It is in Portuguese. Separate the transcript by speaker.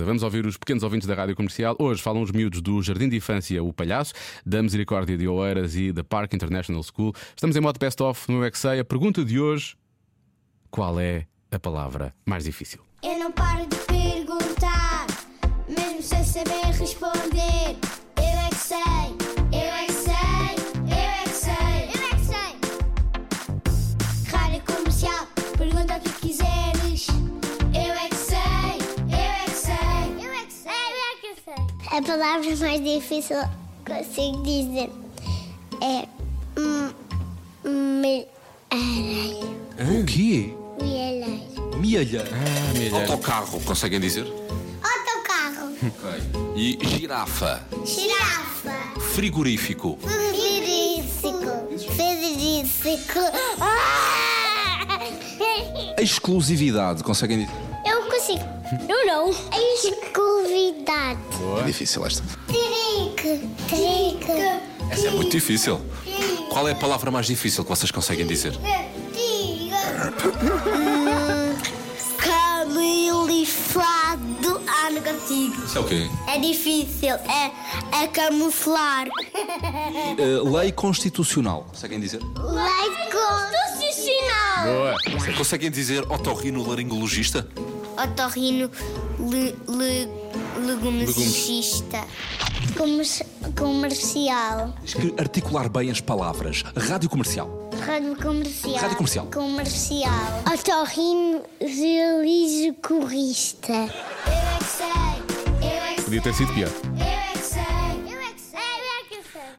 Speaker 1: Vamos ouvir os pequenos ouvintes da rádio comercial. Hoje falam os miúdos do Jardim de Infância O Palhaço, da Misericórdia de Oeiras e da Park International School. Estamos em modo best-of no UXA. A pergunta de hoje: qual é a palavra mais difícil?
Speaker 2: Eu não paro de perguntar, mesmo sem saber responder. Eu é que sei, eu é que sei, eu é que sei, eu é que sei. Rádio comercial, pergunta o que quiseres. Eu é que sei, eu é que sei, eu é que sei, eu é que sei. A palavra mais difícil que consigo dizer é. Milheiro.
Speaker 3: O quê?
Speaker 2: Milheiro.
Speaker 3: Mielha.
Speaker 4: Ah, Autocarro, conseguem dizer?
Speaker 2: Autocarro.
Speaker 4: Ok. E girafa,
Speaker 2: Girafa.
Speaker 4: frigorífico.
Speaker 2: Frigorífico. Frigorífico.
Speaker 4: Exclusividade, conseguem dizer?
Speaker 2: Eu consigo. Eu não. Exclusividade.
Speaker 4: É difícil esta.
Speaker 2: Trique. Trique.
Speaker 4: Essa é muito difícil. Qual é a palavra mais difícil que vocês conseguem dizer?
Speaker 2: Camilifado. Ah, não consigo.
Speaker 4: Isso é o quê?
Speaker 2: É difícil. É, é camuflar.
Speaker 4: Eh, lei constitucional, conseguem dizer?
Speaker 2: Leite constitucional.
Speaker 1: Boa!
Speaker 4: Conseguem dizer otorrinolaringologista?
Speaker 2: Otorrino le, le, legumicista. comercial.
Speaker 4: Diz que articular bem as palavras. Rádio comercial.
Speaker 2: Rádio comercial.
Speaker 4: Rádio comercial.
Speaker 2: Comercial. Otorrino religiocurista. Eu é que sei, eu é que
Speaker 1: Podia ter sido pior.
Speaker 2: é